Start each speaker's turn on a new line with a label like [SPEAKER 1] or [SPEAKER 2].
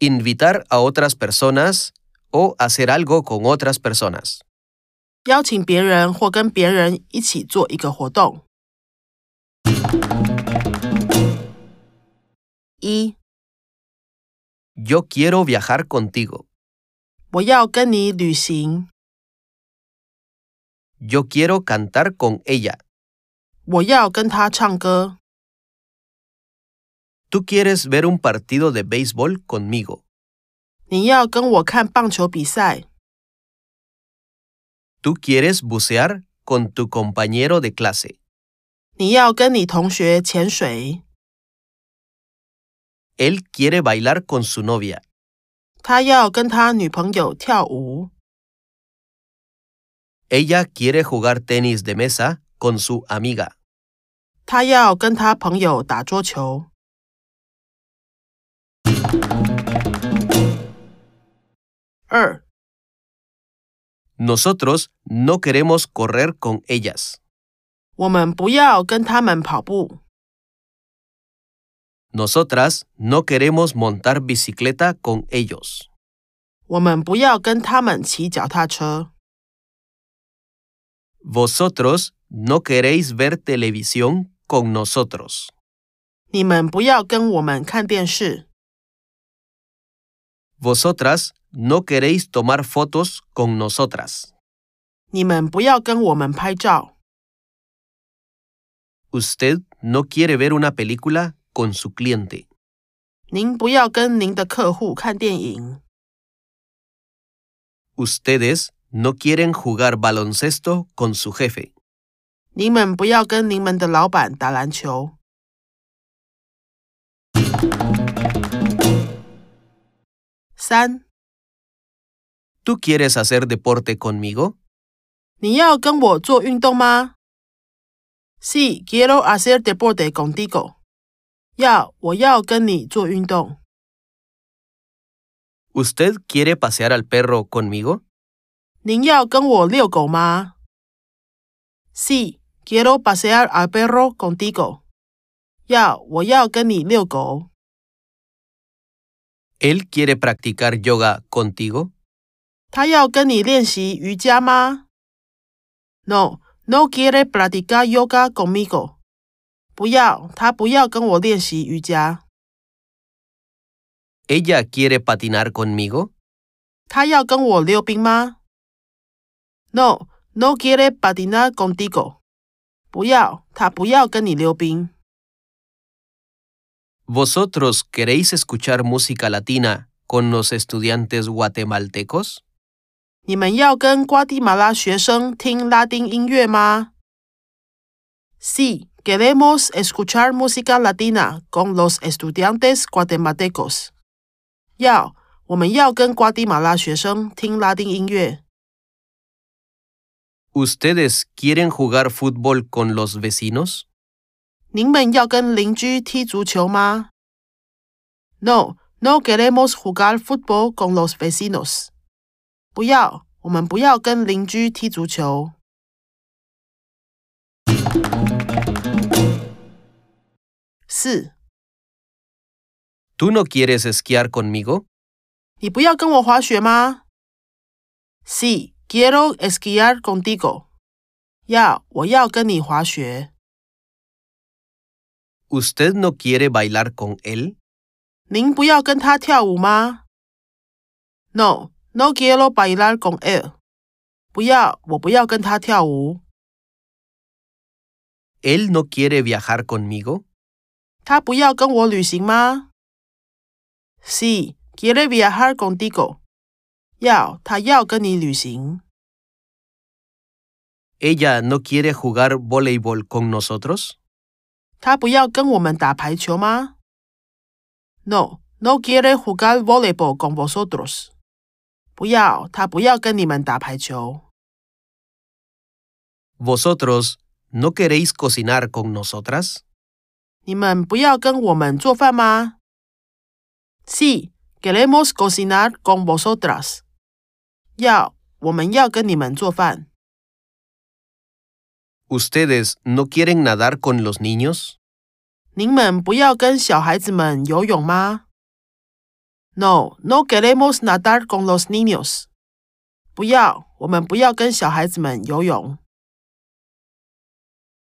[SPEAKER 1] invitar a otras personas o hacer algo con otras personas.
[SPEAKER 2] 邀请别人或跟别人一起做一个活动。一，
[SPEAKER 1] Yo quiero viajar contigo.
[SPEAKER 2] 我要跟你旅行，
[SPEAKER 1] Yo quiero cantar con ella.
[SPEAKER 2] 我要跟他唱歌，
[SPEAKER 1] Tú quieres ver un partido de béisbol conmigo.
[SPEAKER 2] 你要跟我看棒球比赛，
[SPEAKER 1] Tú quieres bucear con tu compañero de clase.
[SPEAKER 2] 你要跟你同学潜水，
[SPEAKER 1] Él quiere bailar con su novia.
[SPEAKER 2] 他要跟他女朋友跳舞，
[SPEAKER 1] Ella quiere jugar tenis de mesa con su amiga.
[SPEAKER 2] 他要跟他朋友打桌球。二，
[SPEAKER 1] Nosotros no queremos correr con ellas.
[SPEAKER 2] 我们不要跟他们跑步，
[SPEAKER 1] Nosotras no queremos montar bicicleta con ellos.
[SPEAKER 2] 我们不要跟他们骑脚踏车，
[SPEAKER 1] Vosotros no queréis ver televisión con nosotros.
[SPEAKER 2] 你们不要跟我们看电视，
[SPEAKER 1] Vosotras no queréis tomar fotos con nosotras.
[SPEAKER 2] 你们不要跟我们拍照，
[SPEAKER 1] Usted no quiere ver una película con su cliente.
[SPEAKER 2] 您不要跟您的客户看电影，
[SPEAKER 1] Ustedes no quieren jugar baloncesto con su jefe.
[SPEAKER 2] 你们不要跟你们的老板打篮球。三，
[SPEAKER 1] ¿Tú quieres hacer deporte conmigo?
[SPEAKER 2] 你要跟我做运动吗？Sí, quiero hacer deporte contigo。要，我要跟你做运动。
[SPEAKER 1] ¿Usted quiere pasear al perro conmigo?
[SPEAKER 2] 您要跟我遛狗吗？Sí, quiero pasear al perro contigo。要，我要跟你遛狗。
[SPEAKER 1] ¿Él quiere practicar yoga contigo?
[SPEAKER 2] 他要跟你练习瑜伽吗？No, no quiere practicar yoga conmigo。不要，他不要跟我练习瑜伽，
[SPEAKER 1] ¿Ella quiere patinar conmigo?
[SPEAKER 2] 他要跟我溜冰吗？No, no quiere patinar contigo。不要，他不要跟你溜冰。
[SPEAKER 1] ¿Vosotros queréis escuchar música latina con los estudiantes guatemaltecos?
[SPEAKER 2] 你们要跟瓜地马拉学生听拉丁音乐吗？Sí, queremos escuchar música latina con los estudiantes guatemaltecos。要，我们要跟瓜地马拉学生听拉丁音乐。
[SPEAKER 1] ¿Ustedes quieren jugar fútbol con los vecinos?
[SPEAKER 2] 您们要跟邻居踢足球吗？No, no queremos jugar fútbol con los vecinos。不要，我们不要跟邻居踢足球。四，
[SPEAKER 1] ¿Tú no quieres esquiar conmigo?
[SPEAKER 2] 你不要跟我滑雪吗？Sí, quiero esquiar contigo。要，我要跟你滑雪。
[SPEAKER 1] ¿Usted no quiere bailar con él?
[SPEAKER 2] 您不要跟他跳舞吗？No, no quiero bailar con él。不要，我不要跟他跳舞。
[SPEAKER 1] ¿Él no quiere viajar conmigo?
[SPEAKER 2] 他不要跟我旅行吗？Sí, quiere viajar contigo。要，他要跟你旅行。
[SPEAKER 1] ¿Ella no quiere jugar voleibol con nosotros?
[SPEAKER 2] 他不要跟我们打排球吗？No, no quiere jugar voleibol con vosotros。不要，他不要跟你们打排球。
[SPEAKER 1] ¿Vosotros no queréis cocinar con nosotras?
[SPEAKER 2] 你们不要跟我们做饭吗？Sí, queremos cocinar con vosotras。要，我们要跟你们做饭。
[SPEAKER 1] ¿Ustedes no quieren nadar con los niños?
[SPEAKER 2] 您们不要跟小孩子们游泳吗 No, no queremos nadar con los niños. 不要，我们不要跟小孩子们游泳。